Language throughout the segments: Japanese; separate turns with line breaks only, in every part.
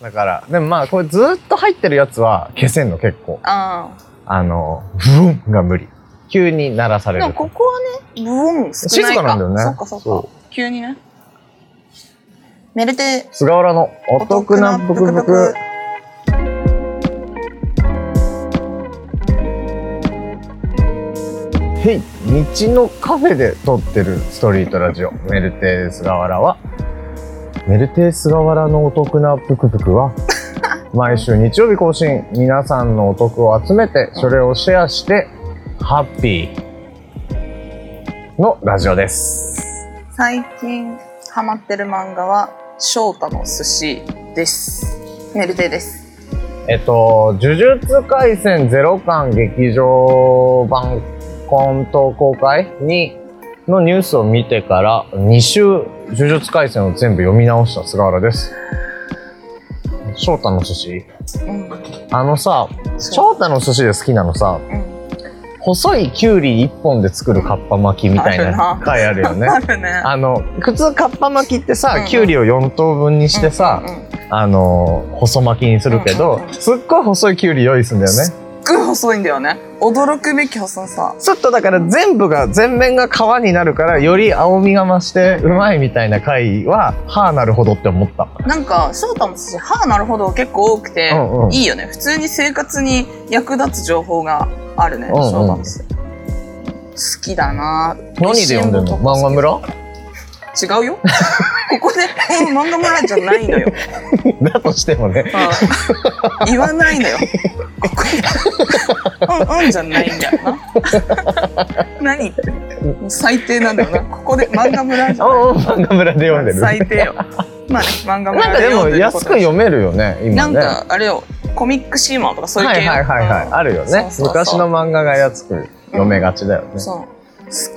だから、でもまあ、これずーっと入ってるやつは消せんの結構。
あ
あの、ブオンが無理。急に鳴らさ
あ。
れ
で
る
も
と。
ここはね、ブオン少ないか。
静かなんだよね。
そっかそっか。急にね。メルテ、
菅原のお得なブクブク。へい道のカフェで撮ってるストリートラジオ、メルテ菅原は、メルテ菅原のお得なブクブク は、毎週日曜日更新、皆さんのお得を集めて、それをシェアして、ハッピーのラジオです。
最近ハマってる漫画は、翔太の寿司です。メルテです。
えっと、呪術廻戦ゼロ巻劇場版コント公開に、のニュースを見てから2週呪術廻戦を全部読み直した菅原です。翔太の寿司
うん。
あのさ、
そ
翔太の寿司で好きなのさ、
う。うん。
細いキュウリ1本で作るカッパ巻きみたい
ある
な
な
回あるよ ね。
あるね。
あの、普通カッパ巻きって
うん
さ、
うん
キュウリを4等分にしてさ、
うんうんうん、
あの細巻きにするけど、
うんうんうん
すっごい細いきゅうり用意するんだよ
す
ね
っごい細いんだよね。驚くべき細さ。
ちょっとだから全部が全面が皮になるからより青みが増してうまいみたいな回ははあなるほどって思った
なんか翔太の寿司歯なるほど結構多くて、
うんうん
いいよね普通に生活に役立つ情報があるね、
うんうん
翔太の寿司好きだな
何で読んでんの漫画村
違うよここで「うん漫画村」じゃな いのよ、
だとしてもね
うん言わないのよここで「うんうん」じゃないんだよな 何言ってるもう最低なんだよなここで「漫画村」じゃ
あ
ない
あ漫画村で読んでる
最低よまあね漫画
なん
村
かでも
読んるこ
安
と
く読めるよね
な
今
ん
ね
かあれよコミックシーマンとかそういう
は
系
いはいはいはいあるよね
そうそうそう
昔の漫画が安く読めがちだよね、
そう好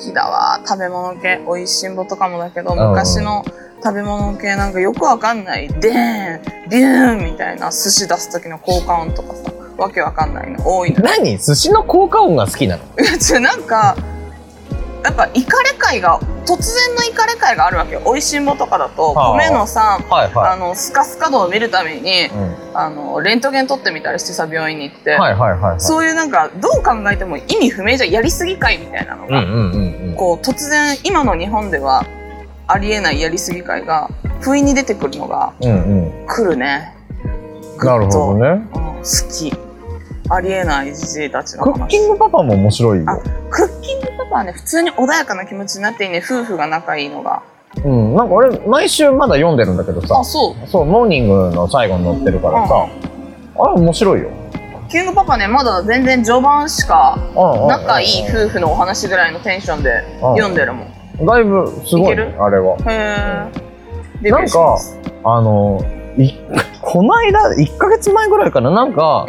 きだわ食べ物系おいしんぼとかもだけど
んうん
昔の食べ物系なんかよくわかんないでーんビューンみたいな寿司出す時の効果音とかさわけわかんないの多い の
何寿司の効果音が好きなの
うちなんかやっぱイカレ会が突然のイカレ会があるわけよおいしんぼとかだと
はあ
米のさ
はい
あ
は
のスカスカ度を見るために
い、うん、
あのレントゲン取ってみたりしてさ病院に行って、
はいはいはいはい
そういうなんかどう考えても意味不明じゃんやりすぎ会みたいなの
うん
が、
うんうんうん
こう突然今の日本ではありえないやりすぎ会が不意に出てくるのが
うんうん
来るね、
なるほどね。
うん、好きありえないじじいたちの
クッキ
話
ングパパも面白いよ。
クッキングパパはね普通に穏やかな気持ちになっていいね夫婦が仲いいのが
うん、なんか俺毎週まだ読んでるんだけどさ
あ、そう
そうモーニングの最後に載ってるからさ、あれ面白いよ。
クッキングパパねまだ全然序盤しか
うんうん
仲いい夫婦のお話ぐらいのテンションで読んでるもんへ
だいぶすごいね
いける
あれは。
え
なんかあのいこないだ1ヶ月前ぐらいかななんか、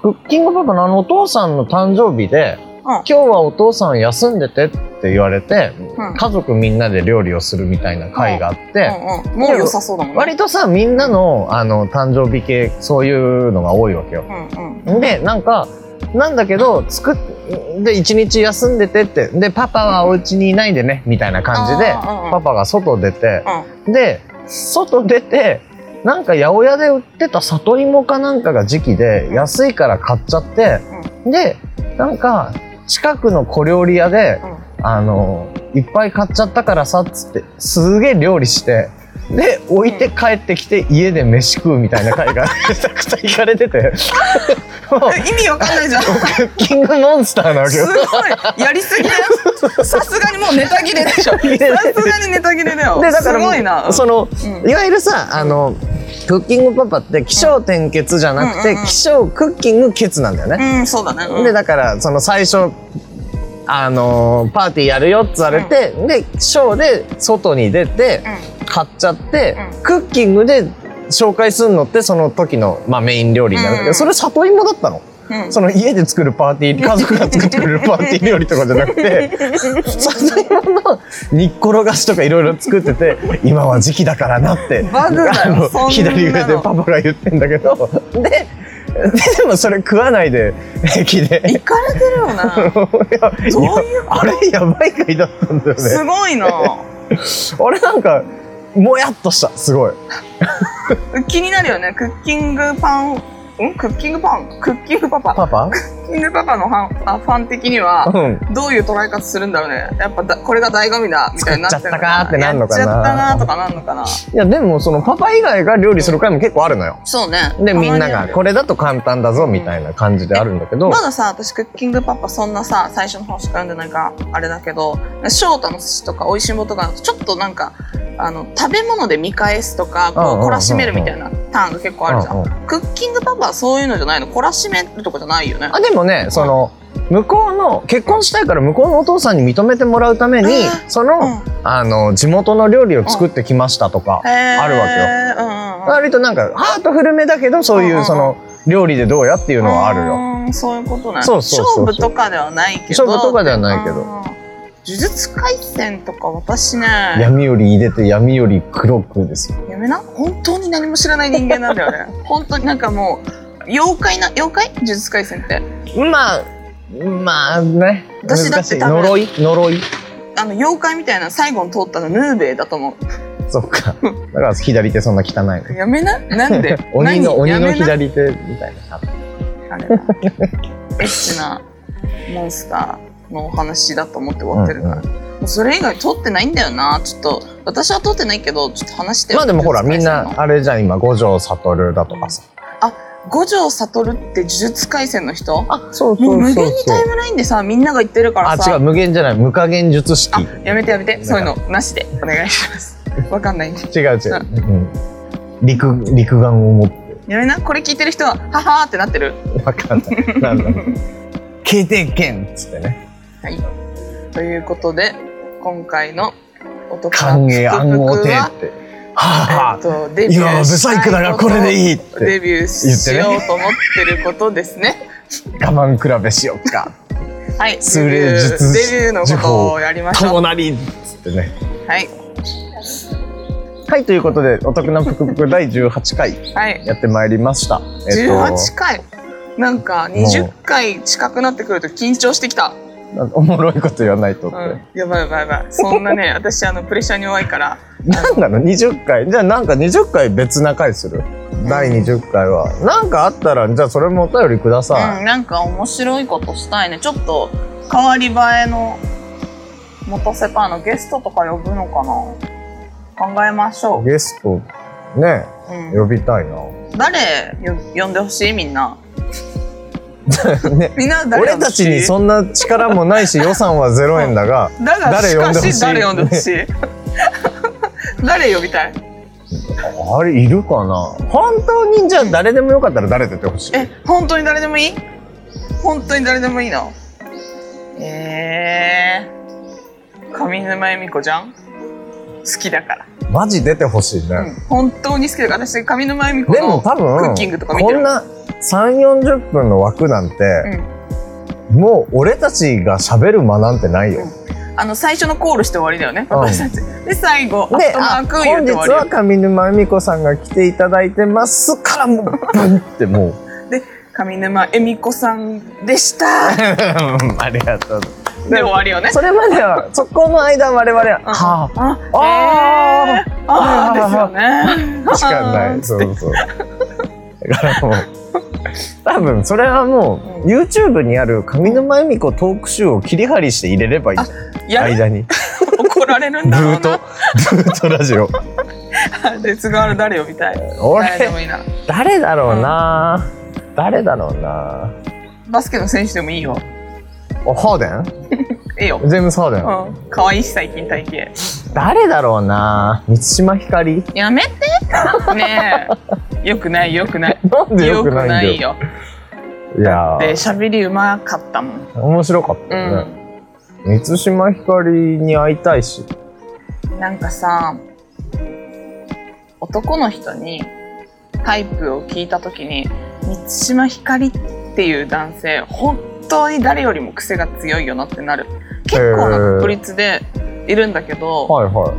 クッキングパパのあのお父さんの誕生日で。今日はお父さん休んでてって言われて、
うん
家族みんなで料理をするみたいな会があって、
うんうん、もう良さそうだもんね。
割とさみんなのあの誕生日系そういうのが多いわけよ
うんうん。
でなんかなんだけど作っで一日休んでてってでパパはお家にいないでねみたいな感じで
あーうんうん
パパが外出てで外出てなんか八百屋で売ってた里芋かなんかが時期で
うん
安いから買っちゃってでなんか近くの小料理屋で
うん
あの、いっぱい買っちゃったからさ、っつって、すげえ料理して、で、置いて帰ってきて、家で飯食うみたいな回 が、めちゃくちゃ行かれてて、もう、
意味わかんないじゃん。
クッキングモンスターなわけ
す
よ。
ごいやりすぎだよ。さすがにもうネタ切れでしょ。さ
切れです
がにネタ切れだよ。
で、だから
す
も
ごいな。
う、その、
うん
いわゆるさ、あの、クッキングパパって、起承転結じゃなくて
うんうんう、ん
起承クッキング結なんだよね。
うん、そうだね。うん
でだからその最初あのーパーティーやるよって言われて、でショーで外に出て買っちゃって、
うん
クッキングで紹介するのってその時の、まあ、メイン料理になるんだけど、
うん
それ里芋だったの。
うん
その家で作るパーティ ー家族が作ってくれるパーティー料理とかじゃなくて里芋の煮っころがしとかいろいろ作ってて今は時期だからなって
バグだよ
あの
そんなの
左上でパパが言ってんだけどでででもそれ食わないで平気で
行かれてるよな。
いや
どういう
あれやばい回だったんだよ
す
ね
ごいな。
あれなんかもやっとしたすごい
気になるよねクッキングパンんクッキングパンクッキングパパ
パパ
クッキングパパのファンあファン的には
うん
どういう捉え方するんだろうねやっぱだこれが大神だみたいになって
作っ
るの
ちゃったかーってなんのかな
やっちゃったなーとかなんのかない
やでもそのパパ以外が料理する回も結構あるのよ
そうね
でみんなが
たまにある
これだと簡単だぞみたいな感じであるんだけど
まださ私クッキングパパそんなさ最初の方しか読んでないからあれだけど翔太の寿司とかおいしんぼとかちょっとなんかあの食べ物で見返すとか
うんうんう
こ
ん
う
うん
懲らしめるみたいなターンが結構あるじゃん
うんうん
クッキングパパはそういうのじゃないの懲らしめるとかじゃないよね
あでもねその向こうの結婚したいから向こうのお父さんに認めてもらうために
あ
その、
うん
あの地元の料理を作ってきましたとか、
へー
あるわけよ
うんうんうん
割となんかハートフルめだけどそう
うん
い
うん
うその料理でどうやっていうのはあるよ
うーんそういうことね
そうそうそうそう
勝負とかではないけど
勝負とかではないけど
あー呪術廻戦とか私ね
闇より入れて闇より黒くですよ
やめな本当に何も知らない人間なんだよね 本当になんかもう妖怪な妖怪呪術廻戦って
まあまあね
私だ
難
っ
し
て
い
多分
呪い呪い
あの妖怪みたいな最後に通ったのヌーベイだと思
そっかだから左手そんな汚いう
やめななんで
鬼の
何
鬼
や
の
めな
左手みたいな
あれはエッチなモンスターのお話だと思って終わってるから、
うん
もうそれ以外通ってないんだよなちょっと私は通ってないけどちょっと話してよ
まあでもほらみん
呪
な
術廻戦の
あれじゃん今五条悟だとかさ
五条悟って呪術廻戦の人
あそう
もう無限にタイムラインでさみんなが言ってるから
あ
さ
違う無限じゃない無加減術式
あやめてやめてそういうのなしでお願いします わかんないんで
違う違う、うん、陸陸眼を持って
やめなこれ聞いてる人はははーってなってる
わかんないなんだろ う経験券っつってね
はいということで今回の男
歓迎暗号
は
亭ってはあ
えっ
は
と
あ
デビュー
今はブサイクだがこれでい
い
いって
デビューしようと思ってることですね
我慢比べしよっ か
はい
数例術
デビューのことをやりましょ
友
う
なりっつってね
はい
はいということでお得なぷくぷく第18回
はい
やってまいりましたえっ
18回なんか20回近くなってくると緊張してきた、
とおもろいこと言わないとって、
うん、やばいやばいやばいそん なね私あのプレッシャーに弱いから
なんなの20回じゃあなんか20回別な回する第20回はなんかあったらじゃあそれもお便りください、
うん、なんか面白いことしたいねちょっと変わり映えの元セパのゲストとか呼ぶのかな考えましょ
ゲストね
う、う
呼びたいな。
ん、誰よ呼んでほしいみんな
ね、
みんな誰
俺たちにそんな力もないし予算は0円だが
だが
誰
し
呼ん
か
でほしい
し誰呼んでほしい 誰呼びたい
あれいるかな本当にじゃあ誰でもよかったら誰出てほしい
え本当に誰でもいい本当に誰でもいいのえー、上沼恵美子じゃん好きだから
マジ出てほしいね、
本当に好きだから私上沼恵美子
でも
の
多
ク
分
ッキングとか見て
こ
る
んな3 4 0分の枠なんて、
う
もう俺たちが喋る間なんてないよ、
ん、あの最初のコールして終わりだよね、
うん
私たちで最後「アッ
で
トマーク」言
本
っ
日
て終わ
は
り
上沼恵美子さんが来ていただいてますからもうブンってもう
上沼恵美子さんでした
ありがとう
で終わりよね
それまではそこの間我々は、
ん
はあ
あ
あー
えー、あーですよ
しかない。そ
ね
うそう。だからもう、多分それはもう、YouTube にある上沼恵美子トーク集を切り張りして入れればいいじゃん。
やる
間に。
怒られる
ブ
んだろう
ー
な
ト、ブートラ ジオ。
熱がある誰呼びたい誰で
俺、
もいいな
誰だろうな、誰だろうな
バスケの選手でもいいよ
お、ハーデ
ええよ、
ンジェームス・ハーデン、
うん、かわいいし最近体型
誰だろうな満島ひかり
やめてねえよくないよくない
なんでよ
よ
く
く
ないん
な
だよ。
いよ
いやー、
で喋りうまかったもん
面白かっ
う
たよね。
ん
満島ひかりに会いたいし。
なんかさ男の人にタイプを聞いた時に満島ひかりっていう男性本当に誰よりも癖が強いよなってなる結構な確率でいるんだけど、
はいは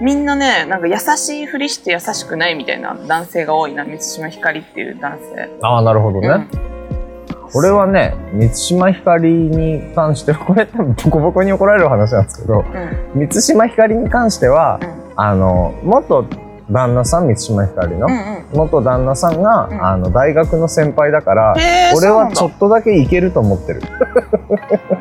い。
みんなねなんか優しいふりして優しくないみたいな男性が多いな満島ひかりっていう男性、
ああ、なるほどね。
うん
俺はね満島ひかりに関してはこれ多分ボコボコに怒られる話なんですけど
うん
満島ひかりに関しては
うん
あの元旦那さん満島ひかりの、
うんうん
元旦那さんが、
うん
あの大学の先輩だから
へー
俺
そうなん
は
だ
ちょっとだけいけると思ってる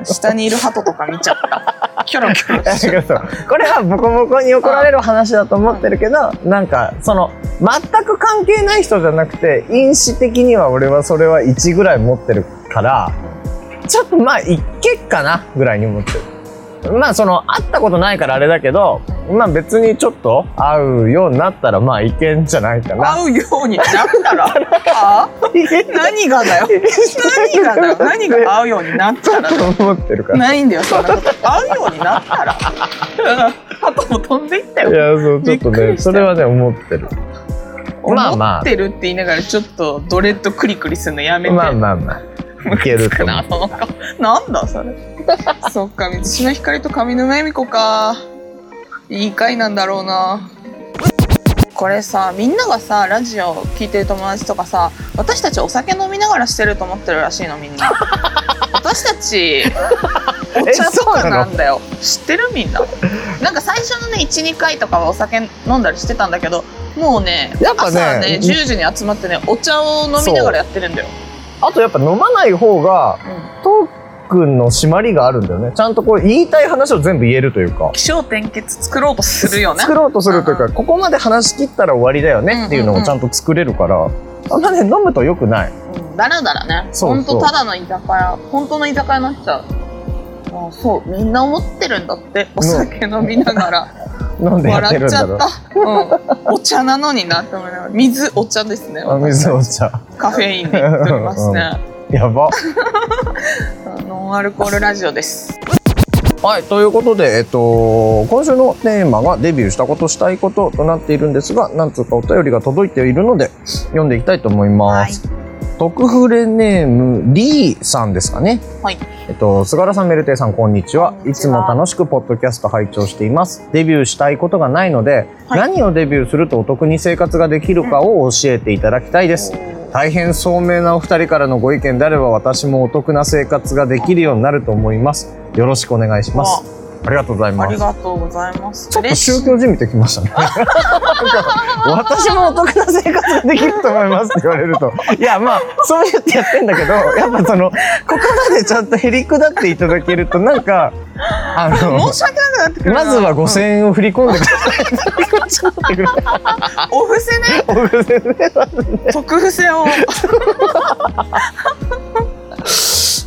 下にいる鳩とか見ちゃった。キョロキョ ロ
だ
しちゃ
け
っ
どこれはボコボコに怒られる話だと思ってるけどなんかその全く関係ない人じゃなくて因子的には俺はそれは1ぐらい持ってるからちょっとまあいけっかなぐらいに思ってるまあその会ったことないからあれだけどまあ別にちょっと会うようになったらまあいけんじゃないか
た。
な
会うようになった ら、あ何がだよ。何がだよ。 何が会うようになったらだよ。
と思ってるから
ないんだよ、そんなこと。会うようにな ったら。鳩も飛んでいった
い
よ。
や、そう、ちょっと
びっく
ね、
りした
それはね、思ってる。まあま
思
あ
ってるって言いながら、ちょっとドレッドクリクリするのやめて。
まあまあまあ。いけると思
な
う。
その顔 なんだそ れそっか満島ひかりと上沼恵美子かいい回なんだろうなこれさみんながさラジオ聞いてる友達とかさ私たちお酒飲みながらしてると思ってるらしいのみ んな私たちお茶とかなんだよ知ってるみんななんか最初のね12回とかはお酒飲んだりしてたんだけどもうね
やっぱね
朝ね10時に集まってねお茶を飲みながらやってるんだよ、
あとやっぱ飲まない方が、
うん
トークンの締まりがあるんだよね。ちゃんとこう、言いたい話を全部言えるというか。
気象転結作ろうとするよね
作ろうとするという
う
か、ここまで話し切ったら終わりだよねっていうのをちゃんと作れるから、あんまね、飲むと良くない。
うんだらだらね
そうそう
ほんとただの居酒屋本当の居酒屋の人はあそうみんな思ってるんだってお酒飲みながら
飲んでやって
笑
る
っ
ん
ちゃ
だ
っ
ろう。
た、うん、お茶なのになって思いながら水お茶ですね
あ水お茶。
カフェインで言っておりますね、
や ば。
うんノンアルコールラジオです
はい、ということで、えっと、今週のテーマがデビューしたこと、したいこととなっているんですが、なんつうかお便りが届いているので、読んでいきたいと思います。特フレネーム、リーさんですかね。
はい
えっと、菅原さん、メルテイさん、こんにちは。
こんに
い
ち
つ
は
も楽しくポッドキャスト拝聴しています。デビューしたいことがないので、
はい
何をデビューするとお得に生活ができるかを教えていただきたいです。大変聡明なお二人からのご意見であれば私もお得な生活ができるようになると思いますよろしくお願いしますありがとうござい
あ
ま
り
す
がとうございます
ちょっと
嬉しい
宗教じみてきま したね私もお得な生活ができると思いますって言われるといやまあそう言ってやってんだけどやっぱそのここまでちゃんとへりくだっていただけるとなんかあの
申し訳なくなってくるな
まずは5000円を振り込んでくださいってこっちになってくれ
お布施ね
お布施ね
特布施を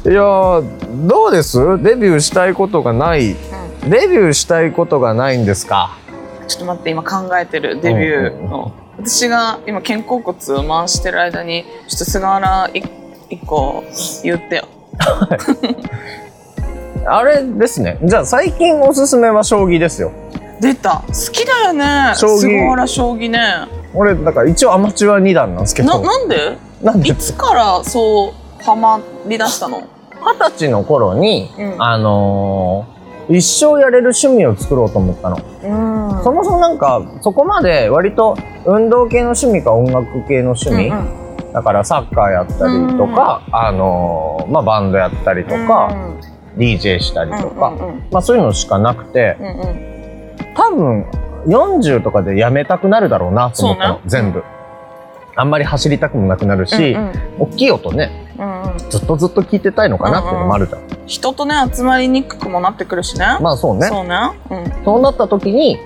いやーどうですデビューしたいことがない、デビューしたいことがないんですか
ちょっと待って今考えてるデビューの、私が今肩甲骨を回してる間にちょっと菅原い一個言ってよ
あれですねじゃあ最近おすすめは将棋ですよ
出た好きだよね
将棋
菅原将棋ねな
俺だから一応アマチュア二段なんですけど
なんで
なんで
い
二十
つからそうハマりだしたの
歳の頃に、
うん
あのー一生やれる趣味を作ろうと思ったの、
うん
そもそもなんかそこまで割と運動系の趣味か音楽系の趣味、
うん
だからサッカーやったりとか、あのーまあ、バンドやったりと
うん
か、DJ したり
うん
とか、
うんうん
まあ、そういうのしかなくて
うんうん
多分40とかでやめたくなるだろうなと思ったの、
そう
全部あんまり走りたくもなくなるし、
うん
大きい音ね
うんうん
ずっとずっと聞いてたいのかなっていうのもあるじゃん、
人とね集まりにくくもなってくるしね,、
まあそうねそう
そうね、
なった時に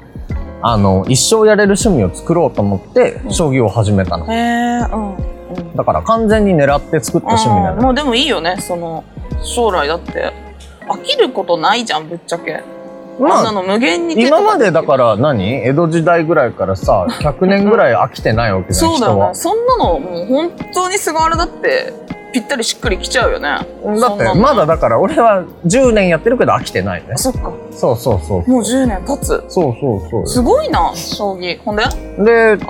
あの一生やれる趣味を作ろうと思って
うん
将棋を始めたの、
うん、へえうんうん
だから完全に狙って作った趣味な
うん
の、
もうでもいいよねその将来だって飽きることないじゃんぶっちゃけ、あ、んな
まあ
の無限に
今までだからら何江戸時代ぐらいからさ100年ぐらい飽きてないわけじゃん
そう
人
だよ
は
ねそんなのもう本当に菅原だってぴったりしっくりきちゃうよね
だっ
そんな
て
の
まだだから俺は10年やってるけど飽きてないね
そっか
そうそうそう
もう10年経つ
そうそうそう
すごいな将棋ほんで
で
う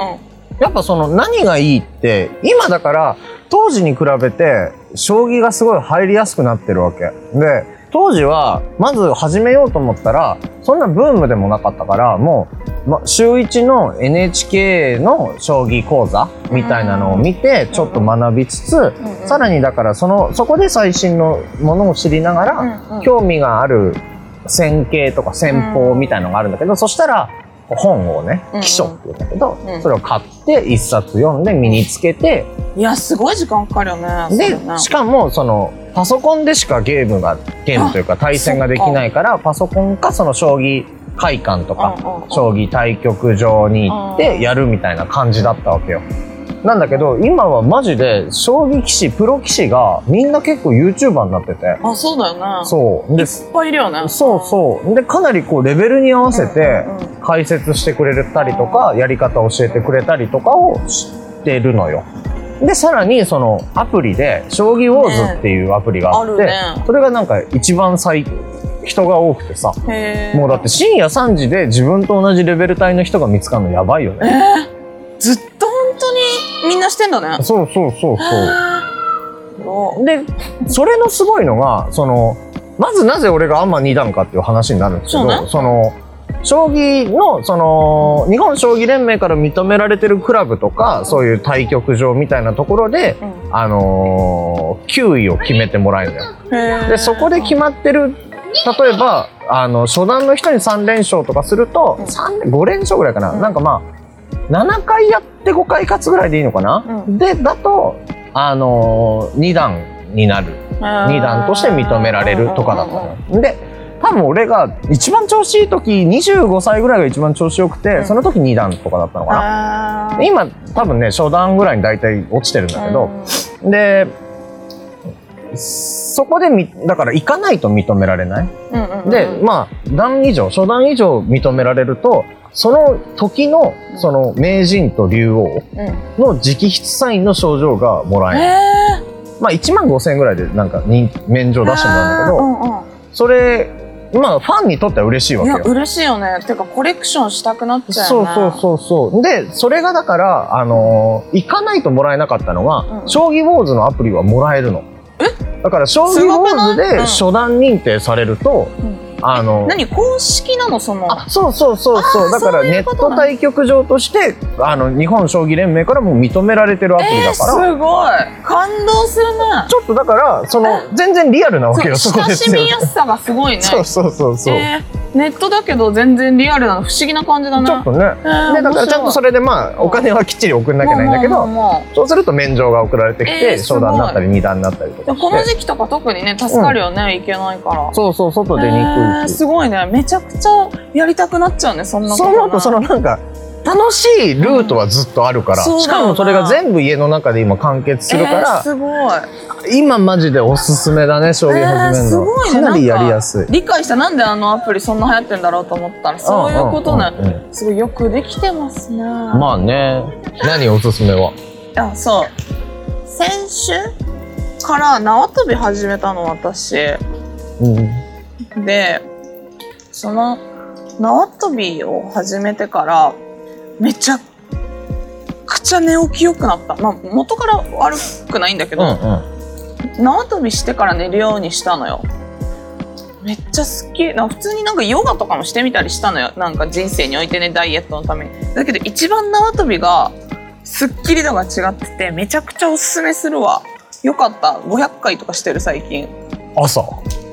やっぱその何がいいって今だから当時に比べて将棋がすごい入りやすくなってるわけで当時はまず始めようと思ったらそんなブームでもなかったからもう、ま、週1の NHK の将棋講座みたいなのを見てちょっと学びつつ
ん、うん
さらにだからそのそこで最新のものを知りながら、
うんうん
興味がある戦型とか戦法みたいのがあるんだけど、そしたら本をね
うんうん
記書っていうんだけど、
うん
それを買って一冊読んで身につけて、
いやすごい時間かかるよね
で
そうだね
しかもそのパソコンでしかゲームがゲームというか対戦ができないからパソコンかその将棋会館とか
うんうんうん
将棋対局場に行っ
う
て
ん
やるみたいな感じだったわけよ。なんだけど今はマジで将棋棋士プロ棋士がみんな結構 YouTuber になってて
あそうだよね
そうで
いっぱいいるよね
そうそうでかなりこうレベルに合わせて
うんうんうん
解説してくれたりとかやり方を教えてくれたりとかをしてるのよでさらにそのアプリで「将棋ウォーズ」っていうアプリがあって、
ねあるね
それがなんか一番最人が多くてさ
へえ
もうだって深夜3時で自分と同じレベル帯の人が見つかるのやばいよね
ずっと本当にみんなしてんだね
そうそうそうそう
お
でそれのすごいのがそのまずなぜ俺がアンマ2段かっていう話になるんですけど
そう
そ,、
ね
の将棋のその日本将棋連盟から認められてるクラブとかそういう対局場みたいなところで、
うん
あのー9位を決めてもらえるのよ。
へえ
でそこで決まってる例えばあの初段の人に3連勝とかすると
うん
3連5連勝ぐらいかな、
うん
なんかまあ7回やって5回勝つぐらいでいいのかな、
う
でだと、あの2段になる2
2
段として認められるとかだったのよ。で多分俺が一番調子いい時25歳ぐらいが一番調子よくて、
うん
その時2段とかだったのかな。
あー
今多分ね初段ぐらいに大体落ちてるんだけど、でそこでみだから行かないと認められない、
うんうんうん
でまあ段以上初段以上認められるとその時のその名人と竜王
うんへ
の直筆サインの賞状がもらえる、
え
まあ1万5000円ぐらいでなんかに免状出してもらうんだけど、
あ
それまあファンにとっては嬉しい
ーう
わ
んうん
け
い
よ
や嬉しいよねてかコレクションしたくなっちゃう
そう
よね
そうそうそうでそれがだから、あのー行かないともらえなかったのが、
うん
将棋ウォーズのアプリはもらえるのだから将棋
す
ウ
ごく
ォー
な
ズ
い
で
うん
初段認定されると、
うん
あの
何公式なのその
あそうそうそうそうだから
そうい
ネ
うこ
ット
となの
対局場としてあの日本将棋連盟からも認められてるアプリ
えー
だ
す
から、
ごい感動するね
ちょっとだからその全然リアルなわけよ
そ
そうこで
親し
すよ
みやすさがすごいね
そうそうそうそう、
えーネットだけど全然リアルなの不思議な感じだね
ちょっとね
えー
でだからちゃんとそれでまあお金はきっちり送んなきゃいけないんだけど、
もうもうもうもう
そうすると免状が送られてきて、
えーす
商
ごい
談になったり二段になったりと
で
か
もこの
して
時期とか特にね助かるよね、いけないから
そうそう外出に
え
行
ー
く
すごいねめちゃくちゃやりたくなっちゃうねそんなこと
その後そのなんか楽しいルートはずっとあるから、
うん
しかもそれが全部家の中で今完結するか
えー
ら、
すごい
今マジでおすすめだね将棋始めるの、
えーすごいね
かなりやりやすい
理解したなんであのアプリそんな流行ってんだろうと思ったらそういうことね、
うんうんうん
すごいよくできてますね
まあね何おすすめは
あそう先週から縄跳び始めたの私
うん
でその縄跳びを始めてからめちゃくちゃ寝起き良くなったまあ元から悪くないんだけ
う
ど、
んうん
縄跳びしてから寝るようにしたのよめっちゃ好きな普通になんかヨガとかもしてみたりしたのよなんか人生においてねダイエットのためにだけど一番縄跳びがスッキリ度が違っててめちゃくちゃおすすめするわよかった500回とかしてる最近
朝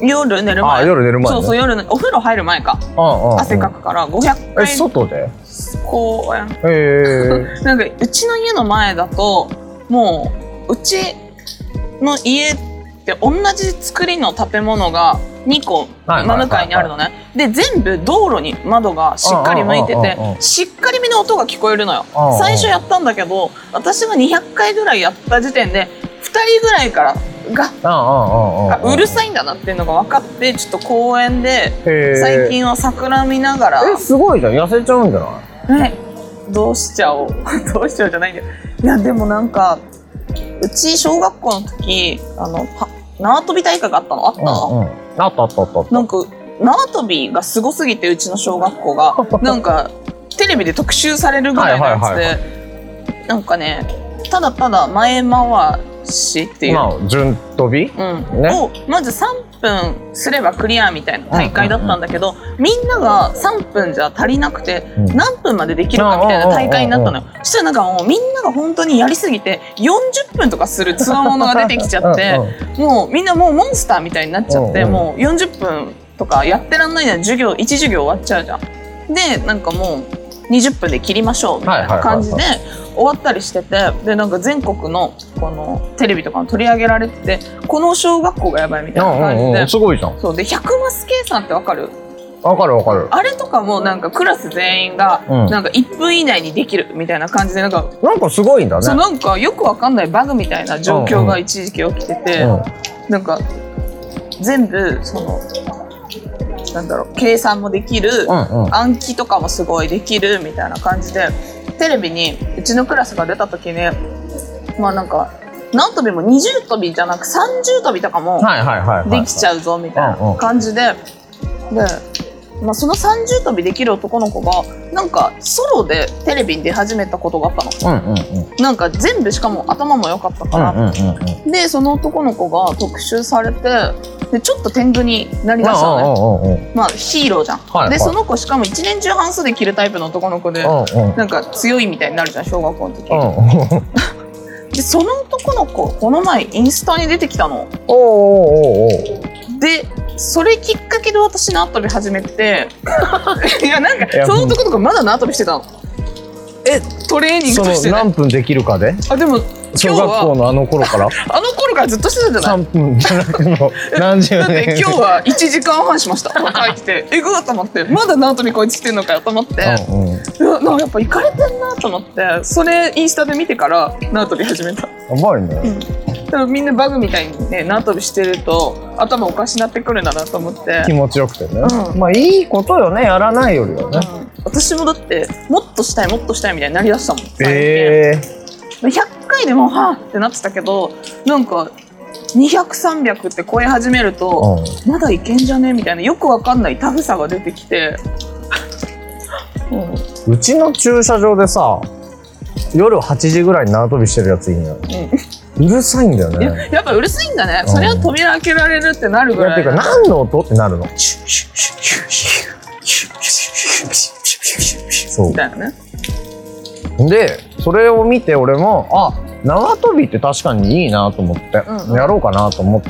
夜寝る前
あ夜寝る前、ね、
そうそう夜のお風呂入る前か
うんうんうん
汗かくから500
え
回
外で
公園
へえ
なんかうちの家の前だともううちの家って同じ作りの建物が2個
はいはいはいはい
真向かいにあるのねで全部道路に窓がしっかり向いて
うんうん
て
うんうんうん
しっかりめの音が聞こえるのよ
うんうん
最初やったんだけど私が200回ぐらいやった時点で2人ぐらいからが
うんうんうんうん
うるさいんだなっていうのが分かってちょっと公園で
へー
最近は桜見ながら
えすごいじゃん痩せちゃうんじゃない
ね、どうしちゃおう どうしちゃおうじゃないんだよいやでもなんかうち小学校の時あのは縄跳び大会があったのあったの、
うんうん、あったあったあったあった
なんか縄跳びがすごすぎてうちの小学 校がなんかテレビで特集されるぐらいのやつで、
はいはいは
なんかねただただ前回しっていう、
まあ順飛び
うん
ね
をまず3分すればクリアみたいな大会だったんだけど、みんなが3分じゃ足りなくて
うん
何分までできるかみたいな大会になったのよそしたらなんかもうみんなが本当にやりすぎて40分とかするつわものが出てきちゃっ
うんう
て
ん
もうみんなもうモンスターみたいになっちゃって、
うんうん
もう40分とかやってらんないじゃん授業1授業終わっちゃうじゃん。でなんかもう20分で切りましょうみたいな感じで終わったりしててでなんか全国のこのテレビとかも取り上げられててこの小学校がやばいみたいな感じで、
うんうんうん、すごいじゃん。
そうで100マス計算ってわかる
わかるわかる。
あれとかもなんかクラス全員が
うん
なんか1分以内にできるみたいな感じでなんか、
なんかすごいんだ
そう
ね。
なんかよくわかんないバグみたいな状況が一時期起きてて、
うん
なんか全部そのなんだろう計算もできる、
うんうん。
暗記とかもすごいできるみたいな感じでテレビにうちのクラスが出た時にまあなんか何跳びも20跳びじゃなく30跳びとかも
はいはいはい、はい。
できちゃうぞみたいな感じでで、まあ、その30跳びできる男の子がなんかソロでテレビに出始めたことがあったの。
うんうんうん。
なんか全部しかも頭も良かったから、
うんうんうんうん。
でその男の子が特集されてでちょっと天狗になりだしたのね
うんうんうんうん。
まあヒーローじゃん、
はいはい
でその子しかも一年中半袖着るタイプの男の子で、
うんうん。
なんか強いみたいになるじゃん小学校の時、
うんうん。
でその男の子この前インスタに出てきたの
おおおお
でそれきっかけで私縄跳び始め ていやなん
いや
かその男の子まだ縄跳びしてたのえトレーニング
そ
と
の
してね
何分できるかで
あでも
小学校のあの頃から
あの頃からずっとしてたんじゃな
3
い
分じゃなくてもう何十
だ って
年
今日は1時間半しました帰ってき てえぐーと思ってまだ縄跳びこいつ来てんのかよと思って、
うんうん
うわなんかやっぱ行かれてんなと思ってそれインスタで見てから縄跳び始めた
やばいね
でもみんなバグみたいにね縄跳びしてると頭おかしなってくるんだなと思って
気、持ちよくてね、
うん
まあいいことよねやらないよりは
う
ね、
ん、私もだってもっとしたいもっとしたいみたいになりだしたもん最近
ええ
100回でもはぁってなってたけどなんか200300って超え始めると、
うん、
まだいけんじゃねみたいなよくわかんないタフさが出てきて、うん、
うちの駐車場でさ夜8時ぐらいに縄跳びしてるやついいのよ、うるさいんだよ
い
ね
ややっぱうるさいんだね、
うん
それは扉開けられるってなる
い
ぐ
や
ら
て
い
か何の音ってなるの
シュッシュッシュッシュッシュッシュッシュッシュッシュッシュッシュッ
そう
みたいなね
でそれを見て俺もあ縄跳びって確かにいいなと思って、
うんうん
やろうかなと思って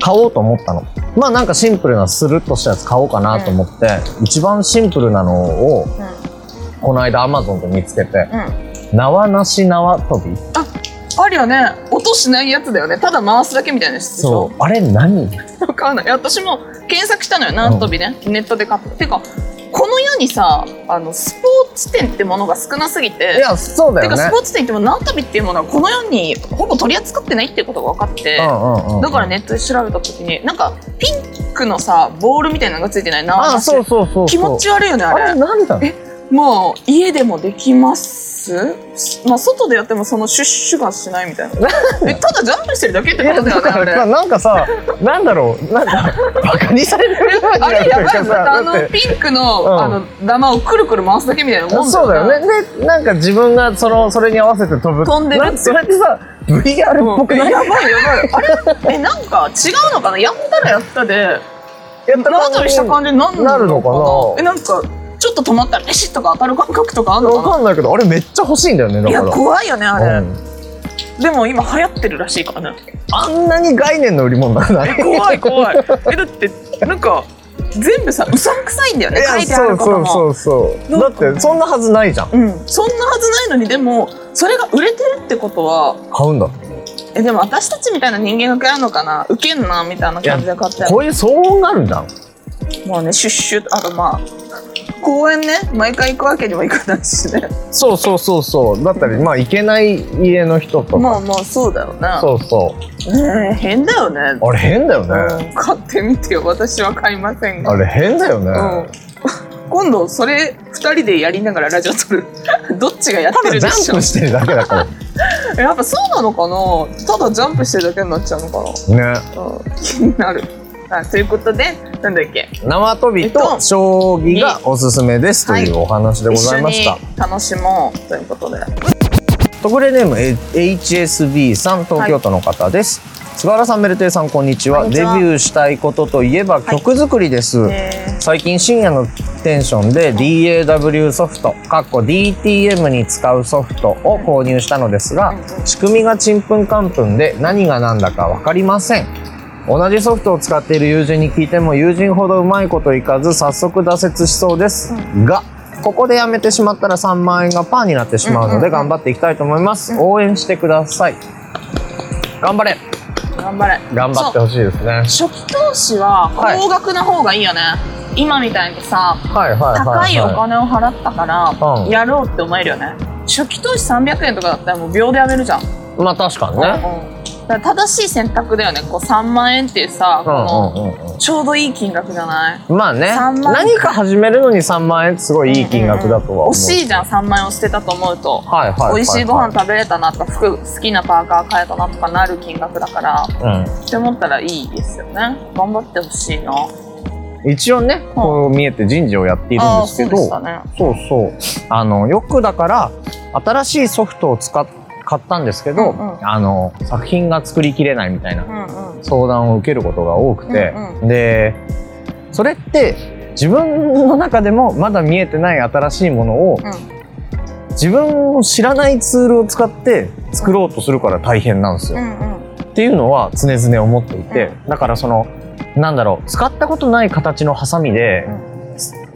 買おうと思ったのまあなんかシンプルなスルッとしたやつ買おうかなと思って、一番シンプルなのを
うん
この間アマゾンで見つけて
うん
縄なし縄跳び
あるよね音しないやつだよねただ回すだけみたいなやつでし
そ
ょ
うあれ何
わかんないいや私も検索したのよ縄跳びね、ネットで買ったてかこの世にさあのスポーツ店ってものが少なすぎ
い
て
やそうだ
て
よ
か
ね
スポーツ店っても縄跳びっていうものはこの世にほぼ取り扱ってないっていうことが分かって、
うんうんうん
だからネットで調べた時になんかピンクのさボールみたいなのがついてない縄
あ
なし
そうそうそうそう
気持ち悪いよねあ
あ
れ
れ何だろう
えもう家でもできますまあ外でやってもそのシュッシュがしないみた いなえただジャンプしてるだけって
い
こ
や
と
だ
だよね
か
あれ
らなんかさなんだろうなんかバカにされてるようにな
あ
る
れやば
と
いよ
うかさ
あ
だって
のピンクの,、
うん
あの玉をくるくる回すだけみたいなもん
そうだ
ね
よね。で、なんか自分がそのそれに合わせて飛ぶ。
飛んでるって
なそれってさ、VR っぽく
や
な
ば
い
いやばいあれえなんか違うのかなやったらやったで
やった
縄跳びした感じになん
なるのかな
えなんかちょっと止まったらレシッとか当たる感覚とかあるの
わ
か
かんないけど、あれめっちゃ欲しいんだよね、
な
だ
い
か
や
ら。
怖いよねあれ、
うん
でも今流行ってるらしいからね
あんなに概念の売り物だな。
え怖い怖い えだってなんか全部さうさんくさいんだよね書いてあ
そ
る
う
こと
そ
も
うそうそう。
どう
だ
か
っ
な
てそんなはずないじゃん。
うん、そんなはずないのにでもそれが売れてるってことは
買うんだって。
えでも私たちみたいな人間が買うのかなウケんなみたいな感じで買って
こういう騒音があるんだ。
もうねシュッシュッあとまあ公園ね毎回行くわけにもいかないしね
そうそうそうそう。だったり、まあ行けない家の人と
まあ
か。
まあそうだよね
そうそう。
ねえ変だよね
あれ変だよね。
うん買ってみてよ私は買いませんが
あれ変だよ
うん
ね。
今度それ2人でやりながらラジオ撮る どっちがやったて
だ
る
ジ
でし
ャン
ょ
プしてるだけだか
やっぱそうなのかなただジャンプしてるだけになっちゃうのか
ら。ね。
な、うん、気になるあということでなんだっけ
縄跳びと将棋がおすすめですと
はい
いうお話でございました
一。緒に楽しもうということで
特例ネームえ HSB さん東京都の方です。菅原さんメルテイさんこんにちは
こんに
デ
ち
ビ
は
ューしたいことといえば曲作りです、
え
最近深夜のテンションで DAW ソフトかっこ DTM に使うソフトを購入したのですが仕組みがちんぷんかんぷんで何が何だか分かりません同じソフトを使っている友人に聞いても友人ほどうまいこといかず早速挫折しそうですがここでやめてしまったら3万円がパーになってしまうので頑張っていきたいと思います、応援してください頑張れ
頑張れ
頑張ってほしいですねはい
初期投資は
はい
高額な方がいいよね、今みたいにさ
はいはい、
高
はい、
いお金を払ったから
うん
やろうって思えるよね、初期投資300円とかだったらもう秒でやめるじゃん、
まあ確かに
うん
ね
だから正しい選択だよねこう3万円っていうさこの
うんうんうん
ちょうどいい金額じゃない
うんまあね
3万
何か始めるのに3万円ってすごいいい金額だとは思う、
惜しいじゃん3万円を捨てたと思うと、
はいはいはい、はい、
美味しいご飯食べれたなとか服好きなパーカー買えたなとかなる金額だからって思ったらいいですよね頑張ってほしいな
うん、一応ね、こう見えて人事をやっているんですけど
あーそうでしたね
そうそうあのよくだから新しいソフトを使っ買ったんですけど、
うんうん
あの作品が作りきれないみたいな
うんうん
相談を受けることが多くて、
うん
でそれって自分の中でもまだ見えてない新しいものを
うん
自分の知らないツールを使って作ろうとするから大変なんです
う
よ、
んうん
っていうのは常々思っていて、だからそのなんだろう使ったことない形のハサミで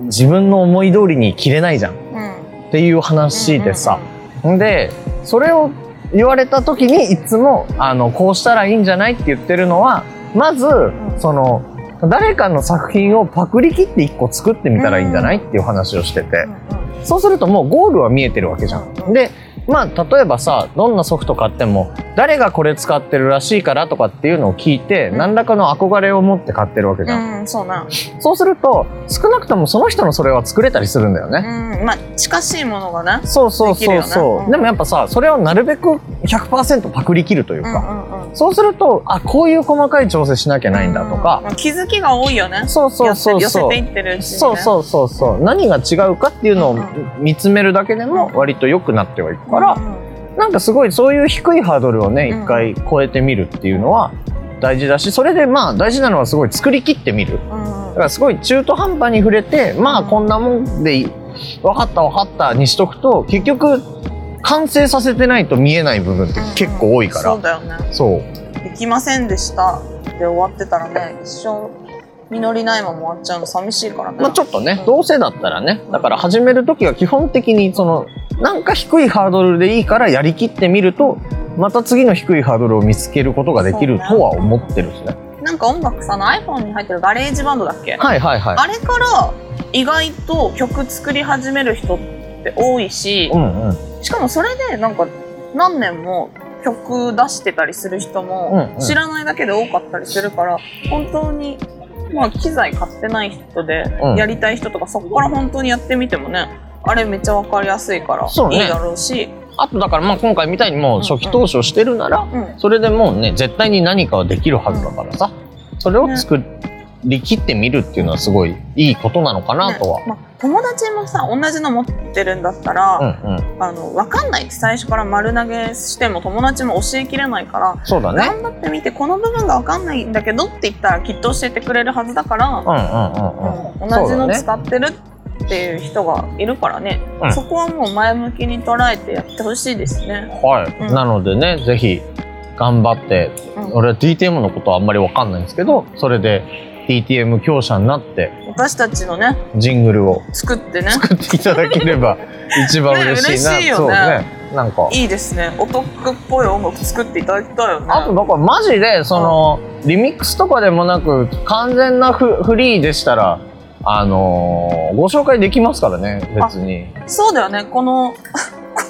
自分の思い通りに切れないじゃんっ
うん
ていう話でさ、んでそれを言われた時にいつもあのこうしたらいいんじゃないって言ってるのはまず
ん
その誰かの作品をパクリ切って1個作ってみたらいいんじゃないっていう話をしてて
うんうん
そうするともうゴールは見えてるわけじゃ
うん
ん。でまあ例えばさどんなソフト買っても誰がこれ使ってるらしいからとかっていうのを聞いて
うん
何らかの憧れを持って買ってるわけじゃん。
うんうんそうな
そうすると少なくともその人のそれは作れたりするんだよね。
うんまあ近しいものがね
そうそうそう
できるよ
そう、
ねうん
でもやっぱさそれをなるべく100%パクリ切るという
う
か、
んうんうん
そうするとあこういう細かい調整しなきゃないんだとか、
うん気づきが多いよね
そうそうそう
寄せ
そう、
ていってるうちにね
そうそうそうそう何が違うかっていうのを
うん
見つめるだけでも
うん
割と良くなってはいく
う
から、
ん
なんかすごいそういう低いハードルをね
うん
一回超えてみるっていうのは大事だしそれでまあ大事なのはすごい作り切ってみる
うんうん
だからすごい中途半端に触れてまあ
うん
こんなもんでいい分かった分かったにしとくと結局完成させてないと見えない部分って結構多いから、
そうだよね
そう
できませんでしたで終わってたらね一生実りないまま終わっちゃうの寂しいからね、
まあ、ちょっとね、
うん
どうせだったらねだから始める時は基本的にそのなんか低いハードルでいいからやりきってみるとまた次の低いハードルを見つけることができるとは思ってるんですね。
なんか音楽さあの iPhone に入ってるガレージバンドだっけ、
はいはいはい。
あれから意外と曲作り始める人って多いし
う、んうん。
しかもそれでなんか何年も曲出してたりする人
うん
も
うん
知らないだけで多かったりするから、本当に、まあ、機材買ってない人で
うん
やりたい人とか、そこから本当にやってみてもねあれめっちゃ分かりやすいから
そうね
いいだろうし、
あとだからまあ今回みたいにもう初期投資をしてるなら、
うん、
それでもうね絶対に何かはできるはずだからさそれを作りきってみるっていうのはすごいいいことなのかなとは。
ねまあ、友達もさ同じの持ってるんだったら、
うんうん。
あの分かんないって最初から丸投げしても友達も教えきれないから、
そうだね。
頑張ってみてこの部分が分かんないんだけどって言ったらきっと教えてくれるはずだから、
うんうんうんうん。
う
そ
ん同
う
じ
だ
の
ね
使ってるっていう人がいるからねそ
うん
こはもう前向きに捉えてやってほしいですね。
はい、
うん
なのでねぜひ頑張って
うん
俺は DTM のことはあんまりわかんないんですけどそれで DTM 強者になって
私たちのね
ジングルを
作ってね
作っていただければ一番嬉しいな、
ね嬉しいよね
そうねなんか
いいですねお得っぽい音楽作っていただきたいよね。
あとだからマジでその、リミックスとかでもなく完全なフフリーでしたらあのーご紹介できますからね別に
そうだよねこの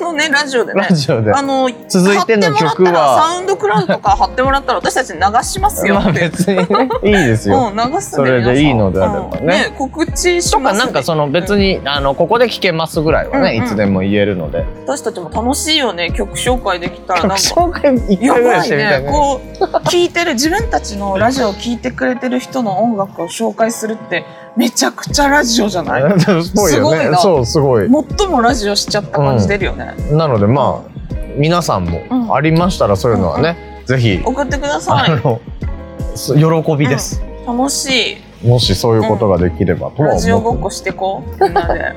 このねラジオでね
ラジオで
あの
続いての曲
貼ってもらったら
は
サウンドクラウドとか貼ってもらったら私たち流しますよ
まあ
っていう。
別にねいいですよ、
うん、流す
それでいいのであればね
皆さんうん告知し
と
ま
か
す
なんかその別に、あのここで聞けますぐらいはね、
うんうん
いつでも言えるので
私たちも楽しいよね曲紹介できたらなん
曲
か
紹介一
や
回ぐらい
ば
し
い
てみたい
ね
ね
こう聞いてる自分たちのラジオを聞いてくれてる人の音楽を紹介するってめちゃくちゃラジオじゃない
すごいよ
すごい
ね
な
そうすごい
最もラジオしちゃった感じ出るよね、
なのでまあ皆さん
うん
もありましたらそういうのはね、ぜひ、
送ってくださ
あ
い
のす喜びです、
楽しい
もしそういうことができればとは
ラジオ
思
ご
っ
ってこ
ます
してこうみんなで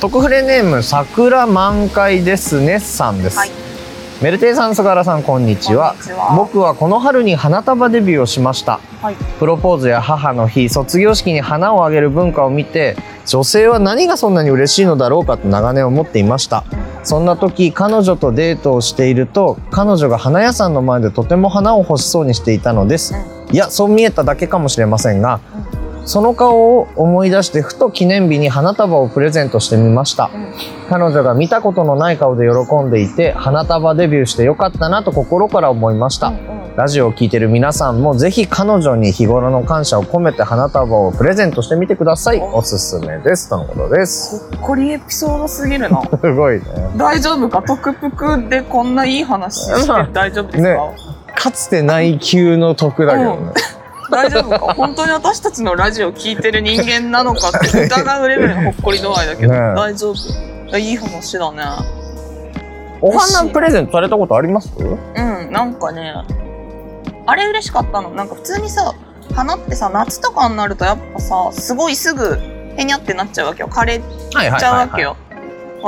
特フレネーム桜満開ですねさんです、
はい
メルテイさん菅原さんこんにちは
こんにちは
僕はこの春に花束デビューをしました
はい
プロポーズや母の日卒業式に花をあげる文化を見て女性は何がそんなに嬉しいのだろうかと長年思っていましたそんな時彼女とデートをしていると彼女が花屋さんの前でとても花を欲しそうにしていたのですいやそう見えただけかもしれませんがその顔を思い出してふと記念日に花束をプレゼントしてみました
うんうん
彼女が見たことのない顔で喜んでいて花束デビューしてよかったなと心から思いました
うん
ラジオを聞いてる皆さんもぜひ彼女に日頃の感謝を込めて花束をプレゼントしてみてください。おすすめです。とのことです。
ほっこりエピソードすぎるな
すごいね。
大丈夫かトクプクでこんないい話して大丈夫ですか、
ねかつてない級の得だけどね。
大丈夫 か本当に私たちのラジオ聞いてる人間なのかって疑うレベルのほっこり度合いだけど、
ねえ
大丈夫いやいい話だね
お花プレゼントされたことあります
うんなんかねあれ嬉しかったのなんか普通にさ花ってさ夏とかになるとやっぱさすごいすぐへにゃってなっちゃうわけよ枯れ
はい
ちゃうわけよ、まあ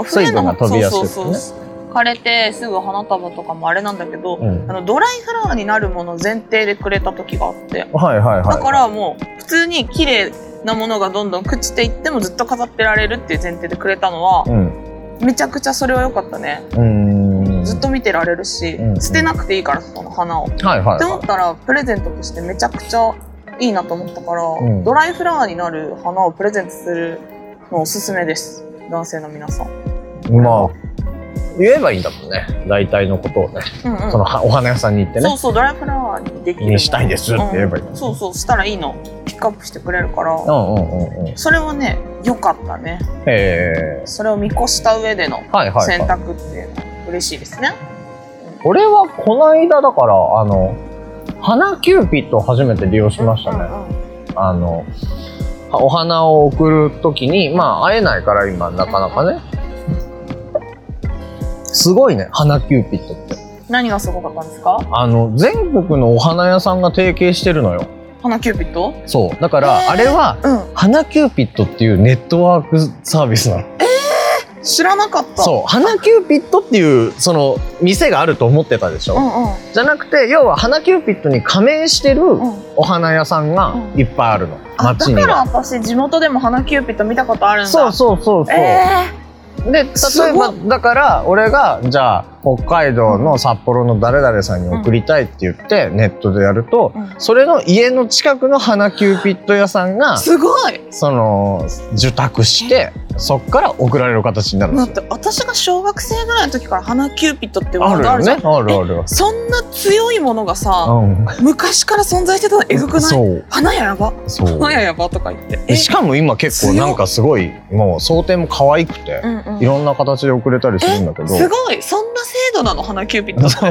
水分が飛びやすい
そう
ですね
そうそう枯れてすぐ花束とかもあれなんだけど、
うん
あのドライフラワーになるもの前提でくれた時があって
はいはいはい。
だからもう普通に綺麗なものがどんどん朽ちていってもずっと飾ってられるっていう前提でくれたのは、
うん。
めちゃくちゃそれは良かったね、
うん。
ずっと見てられるし、
うん
捨てなくていいからその花を、っ
はいはい
て思っ
は
たらプレゼントとしてめちゃくちゃいいなと思ったから、
うん
ドライフラワーになる花をプレゼントするのおすすめです男性の皆さん、
い。まあ、言えばいいんだもんね。大体のことをね。
うんうん
そのはお花屋さんに行って
そ
ね
う。そうドライフラワーにできるもの
にしたいですって言えばいいの
うんそうそうしたらいいのピックアップしてくれるから、
うんうんうんうん。へ
それはね良かったね
え。
それを見越した上での
はいはいはい
選。択っていうのは嬉しいですね。
俺はこの間だからあの花キューピットを初めて利用しましたね、あのお花を送る時にまあ会えないから今なかなかねすごいね花キューピットって
何がすごかったんですか？
あの全国のお花屋さんが提携してるのよ
花キューピット？
そうだか
え
ら
ー
あれは
うん。
花キューピットっていうネットワークサービスなの
知らなかった。
そう花キューピットっていうその店があると思ってたでしょ、
うんうん
じゃなくて要は花キューピットに加盟してる、
うん。
お花屋さんがいっぱいあるの、
あ
街
だ
に
から
は
私地元でも花キューピット見たことあるんだ。
そうそうそうそう、
え
で
す
例え
ご
ばだから俺がじゃあ北海道の札幌の誰々さんに送りたいって言ってネットでやると、
え
それの家の近くの花キューピット屋さんが
すごい。
その受託してそっから送られる形になるんで
だっ
すよ。
て私が小学生ぐらいの時から花キューピットってワ
あ
ー
る
ドあ
よ
るじ
ね
ゃん。
あるある。
そんな強いものがさ、昔から存在してたのえぐ
う
く
ん、
ない？
そう
花ややば。
そう
花ややばとか言って。
でしかも今結構なんかすごいもう想定も可愛くて
う、んうん
い。ろんな形で送れたりするんだけど
すごいそんな精度なの花キューピット
そう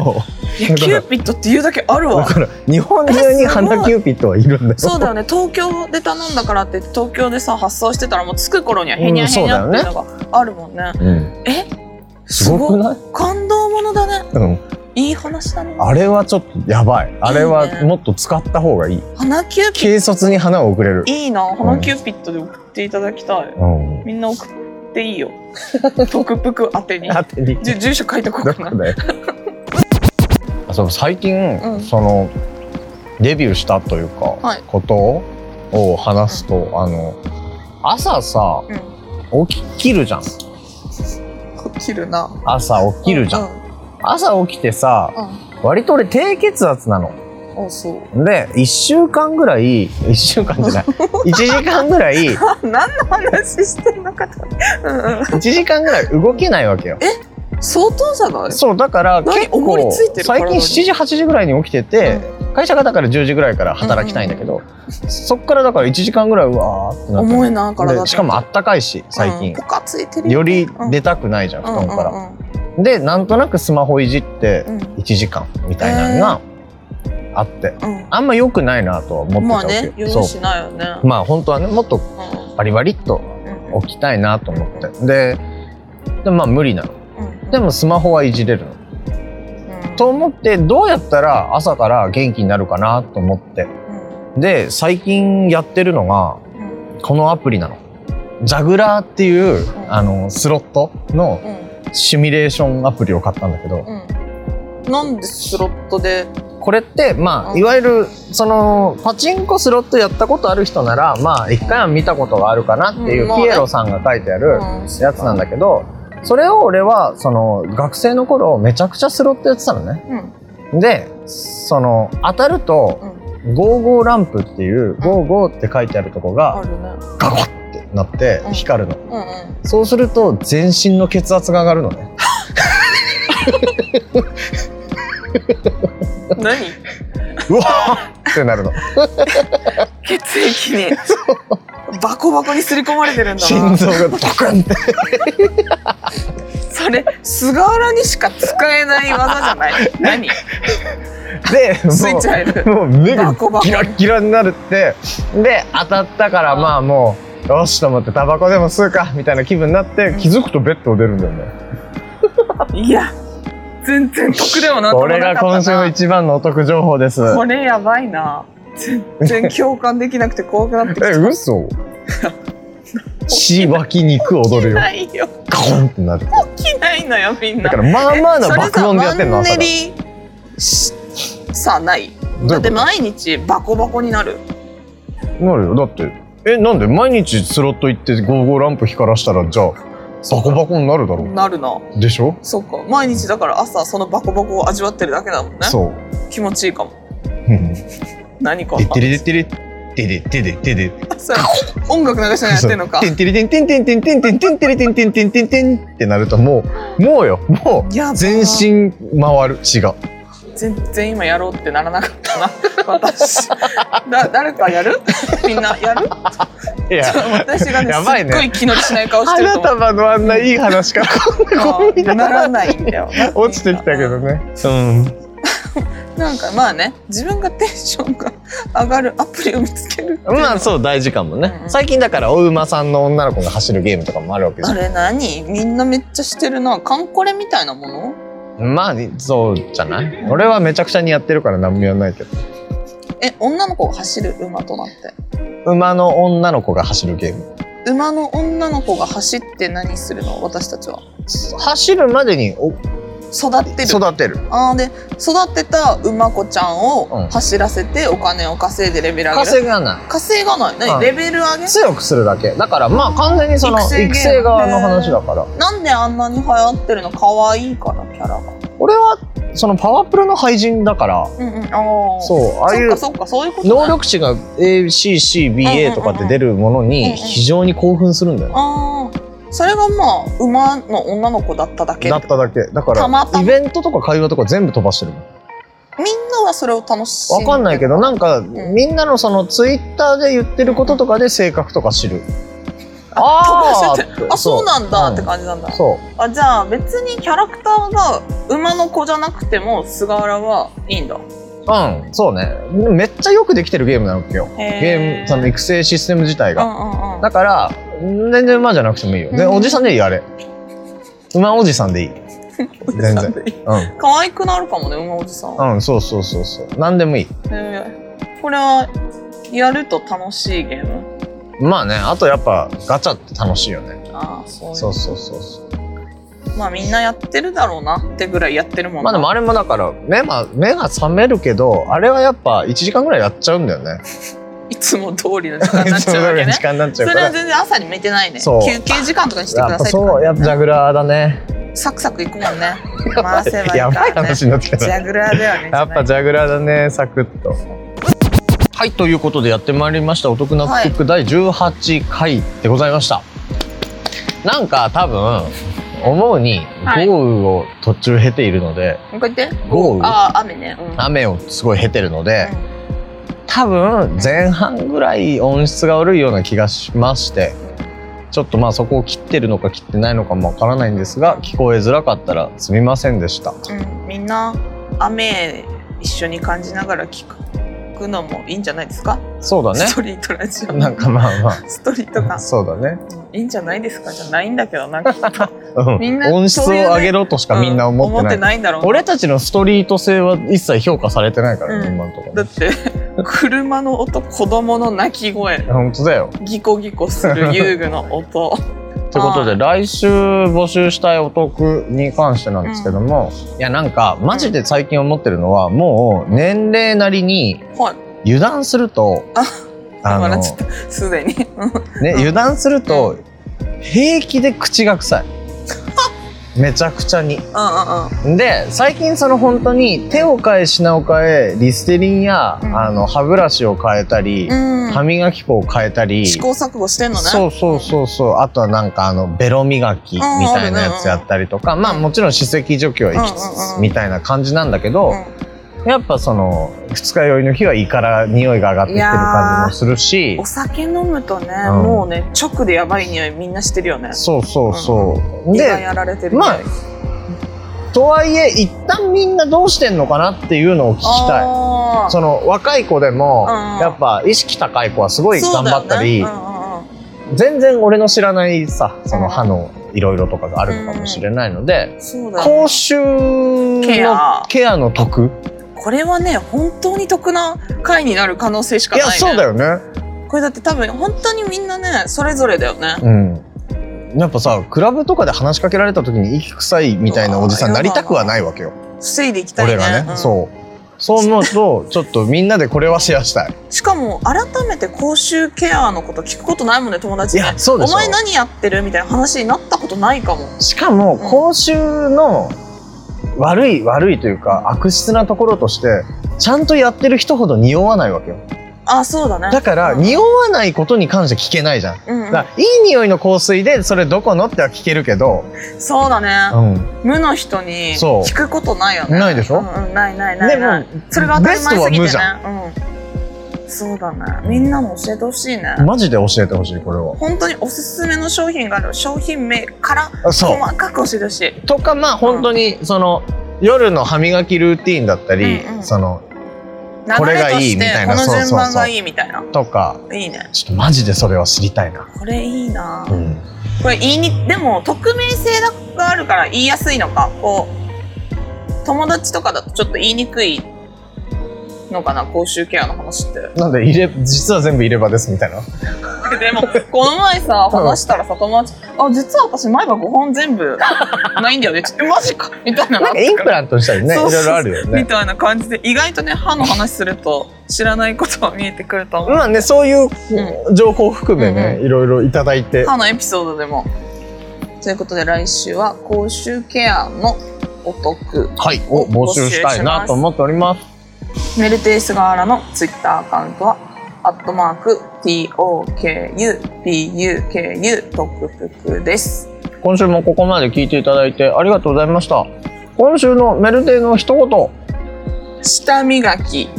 いやキューピットって言うだけある
だ
わ
から日本中に花キューピットはいるんだよ。
そうだよね東京で頼んだからって東京でさ発送してたらもう着く頃にはへにゃへにゃっていうのがあるもんね,、
うん、すごくない？
感動ものだね
うん、
いい話だね
あれはちょっとやばい。あれ
いい
は
ね
もっと使った方がいい。
花キューピッ
軽率に花を送れる
ト。いいな花キューピットで送っていただきたい
うん。
みんな送ってい いよトクプク宛てに
だって立
じゅ住所書いとこう
ど
か
こ
な
だよ。あそう最近、
うん
そのデビューしたというか、
はい
ことを話すと、あの朝さ
うん
起ききるじゃん。
起きるな
朝起きるじゃん。
うん
朝起きてさ
うん
割と俺低血圧なの。
うんあそう
で、1週間ぐらい、1週間じゃない、1時間ぐらい、
あ何の話してんのかとうん、うん、
1時間ぐらい動けないわけよ。
相当じゃない
そう、だから
何
結
重り
構
ついて、る
最
体
近
に
7時、8時ぐらいに起きてて、会社がだから10時ぐらいから働きたいんだけど、そっからだから1時間ぐらい、うわーってなって。
重いな体
でしかもあったかいし、最近
うん、。ポカついてる
より出たくないじゃん、布団から。で、なんとなくスマホいじって
うんうんうん
1時間みたいなのがあって、
うんうん
あんま良くないなとは思ってた
まあ
わけ
ね
よ。
夜
そ
しないよね
う。まあ本当はね、もっとバリバリっと
うん
置きたいなと思ってででまあ無理なの
うん
でもスマホはいじれるの
うん
と思ってどうやったら朝から元気になるかなと思って
うん
で最近やってるのが
うん
このアプリなのジャグラーっていう
うん
あのスロットの
うん
シミュレーションアプリを買ったんだけど
うんなんでスロットで
これってま
う
あ
ん
いわゆるそのパチンコスロットやったことある人ならまあ一回は見たことがあるかなってい
うん
う
まあ
ピ
ね
エロさんが書いてある
うん
やつなんだけどそれを俺はその学生の頃めちゃくちゃスロットやってたのね
うん
でその当たると
うん
55ランプっていう55って書いてあるとこ
あ
が
るね
ガコってなって
うん
光るの
うんうん
そうすると全身の血圧が上がるのね
何
うわーってなるの
血液に バコバコにすり込まれてるんだ
心
な
臓がドクンって
それ菅原にしか使えない技じゃない 何
でもう
ついちゃえる
もう目が
バコバコ
ギラッギラになるってで当たったから
うん
まあもうよしと思ってタバコでも吸うかみたいな気分になって気づくとベッドを出るんだよね
いや全然得でもなんと
こ
も
れ
な
が
か
今
っ
週
た
の
な
一番のお得情報です
これやばいな全然共感できなくて怖くなってき
え 嘘血湧き肉踊るよ
ないよ
ガコンってなる
起きないのよみんな
だからまあまあな
えそれ
爆
さ
音でやってんの
マン
朝
ネ
が
リしさない
ど
だ
うい
って
うこ
毎日バコバコになる
となるよだってえなんで毎日スロット行って55ランプ光らしたらじゃあバコバコになるだろ
なるな
うでしょ
そうか毎日だから朝そのバコバコを味わってるだけだもんね
そう
気持ちいいかも
うん
何か
てってれてれてれてれてれ
それ音楽流しながらやってんのか
てんてれてんてんてんてんてんてんてんてれてんてんてんてんてんってなるともうもうよも
やば
う
ー
全身回る血が
全然今やろうってならなかったな私だ誰かやるみんなやる
いや
私がね
やばいね
すっごい気乗りしない顔してると
花
思う
束のあんないい話からこんなゴミ
あ
だ
なら
な
ないんだよ
落ちてきたけどねうん
なんかまあね自分がテンションが上がるアプリを見つける
まあそう大事かもね最近だからお馬さんの女の子が走るゲームとかもあるわけじ
あ
ゃ
れ何みんなめっちゃしてるなカンコレみたいなもの
んまあそうじゃない俺はめちゃくちゃにやってるから何もやんないけど
え女の子が走る馬となって
馬の女の子が走るゲーム
馬の女の子が走って何するの私たちは
走るまでにお
育てる
育てる
あーで育てた馬子ちゃ
う
ん
ん
を走らせてお金を稼いでレベル上げる
稼がない
稼がない何、
うん
レベル上げ
強くするだけだからまあ完全にその
育成ゲーム
育成側の話だから
なんであんなに流行ってるの可愛いからキャラが
俺はそのパワープロの廃人だから
うんうんああう
そうああいう
そっかそっかそういうことね
能力値が
うんうんう
ACCBA
ん
とかって出るもの
うんう
に
ん
非常に興奮するんだよね
ああそれがまあ馬の女の子だっただけ
だっただけだか
たまた
ら
ま
イベントとか会話とか全部飛ばしてるもん
みんなはそれを楽し
わかんないけどなんか
ん
みんなのそのツイッターで言ってることとかで性格とか知る
あ
あ
飛ばし
ー
ててあそうなんだって
うん
感じなんだ、
そ
あじゃあ別にキャラクターが馬の子じゃなくても菅原はいいんだ
ううんそうねめっちゃよくできてるゲームなわけよゲームその
いく
育成システム自体が
うんうんうん
だから全然馬じゃなくてもいいよ、で
うん
おじさんでいいあれ馬おじさん でいい全然う
可愛くなるかもね馬おじさん、
ん、うん、そうそうそうそう何でもいい
えーこれはやると楽しいゲーム
まあねあとやっぱガチャって楽しいよね
ああそういう
そうそうそうそう
まあみんなやってるだろうなってぐらいやってるもん
まあ
な
でもあれもだから目が目が覚めるけどあれはやっぱ1時間ぐらいやっちゃうんだよね
いつも通りの時間になっち
そ
ゃうわけね
時間になっち
そ
ゃうか
れは
ら
全然朝に向いてないね
そう
休憩時間とかにしてく
や
だ
っぱ
さいって
そうやっ
感じ
ぱジャグラーだね
サクサクいくもんね回せばいい
や
か
ばい
らね
話になってきた
ジャグラーだよね
やっぱジャグラーだねサクッとはいということでやってまいりました「お得なクック」第18回でございました、なんか多分思うに
はい
豪雨を途中経ているので、
もう一回言って
豪雨
ああ雨ねうん
雨をすごい経てるので、
う
多分前半ぐらい音質が悪いような気がしましてちょっとまあそこを切ってるのか切ってないのかもわからないんですが聞こえづらかったらすみませんでした
んうんみんな雨一緒に感じながら聞くのもいいんじゃないですか
そうだね
ストリートラジオ
なんかまあま
ストリート
あ
感
そうだね
いいんじゃないですかじゃないんだけどなんか
うん
みんな
音質を
そういうね
上げろとしかみんな思ってない。
んだろうな
俺たちのストリート性は一切評価されてないからね、
うん
今のとこ
だ
ろ
っ。て車の音子供の泣き声
本当だよ。
ギコギコする遊具の音
ということで、
は
来週募集したいお得に関してなんですけども、いやなんかマジで最近思ってるのはもう年齢なりに
はい
油断すると
あ
あの
笑っちゃったすでに
ね
うん
油断すると平気で口が 臭いめちゃくちゃに
う
で最近その本当に手を変え品を変えリステリンや、
うん
あの歯ブラシを変えたり、
んうんうん
歯磨き粉を変えたり
試行錯誤してんのね
そうそうそうそうあとはなんかあのベロ磨きみたいなやつやったりとか、まあもちろん歯石除去は行き
うんうん
つ
う
つ
ん
みたいな感じなんだけど、
う
やっぱその二日酔いの日は胃から匂いが上がってくる感じもするし
んお酒飲むとね、
うん
もうね直でやばい匂いみんなしてるよね
そうそうそう、
胃が
で
やられてる
まあとはいえ一旦みんなどうしてんのかなっていうのを聞きたい
あー
その若い子でも、
うんうん
やっぱ意識高い子はすごい
そ
頑
うだ
張
よ
ったり、
ねうん
全然俺の知らないさその歯のいろいろとかがあるのかもしれないので、
うんうんそうだよね
口臭の
ケア
ケアの得
これはね本当に得な回になる可能性しか
い
な
や
い、ね、
そうだよね
これだって多分本当にみんなねそれぞれだよね
うんやっぱさクラブとかで話しかけられた時に息臭いみたいなおじさん
う
に
わ
なりたくはないわけよ
防いでいきたいね
俺がね、
うん
そうそう思うとちょっとみんなでこれはシェアしたい
しかも改めて口臭ケアのこと聞くことないもんね友達
い
に
やそうで
お
しょ
前何やってるみたいな話になったことないかも
しかも口臭の悪い悪いというか悪質なところとしてちゃんとやってる人ほど匂わないわけよ
あそうだね
だから
うん
匂わないことに関して聞けないじゃん
うんうん
だからいい匂いの香水でそれどこのっては聞けるけど、
そうだね、
うん、
無の人に
そう
聞くことないよね
ないでしょ
うんうん、ないないないない
でも
それが当たり前すぎて
ベ
ね
ストは
うん、そうだねみんなも教えてほしいね、
マジで教えてほしいこれは
本当におすすめの商品がある商品名から
あ
細
そ
かく教えてほしいう
とかまあ本当にその、夜の歯磨きルーティーンだったり、
うんうん
そのこ
流
れ
れ
が
と
いい
し
みた
て
いな
この
そうそう
順
そう
番がいいみたいな
とか
いいね
ちょっとマジでそれは知りたいな、
これいいな、
うん、
これ言いにでも匿名性があるから言いやすいのかこう友達とかだとちょっと言いにくいのかな口臭ケアの話って
なんで入れ実は全部入れ歯ですみたいな
でもこの前さ話したらさ友達「あ実は私前歯5本全部ないんだよね」ちょっとえマジか」みたいな
なんかインプラントしたりねい
そう
ろ
そう
いろあるよ
み
ね
たいな感じで意外とね歯の話すると知らないことが見えてくると思う
まあねそういう情報含めね、
う
いろいろいただいて、
歯のエピソードでもということで来週は口臭ケアのお得
はいを募集したいなと思っております
メルテイスガーラのツイッターアカウントは、アットマーク、TOKUPUKU、トクプクです。
今週もここまで聞いていただいてありがとうございました今週のメルデーの一言
舌磨き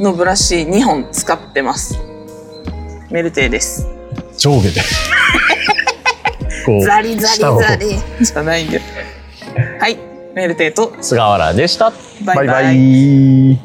のブラシ2本使ってます。メルテイです。
上下でこ
ザリザ
舌を
リザリ。じゃないんで。はい。メルテイと、
菅原でした
バイバイ。
イ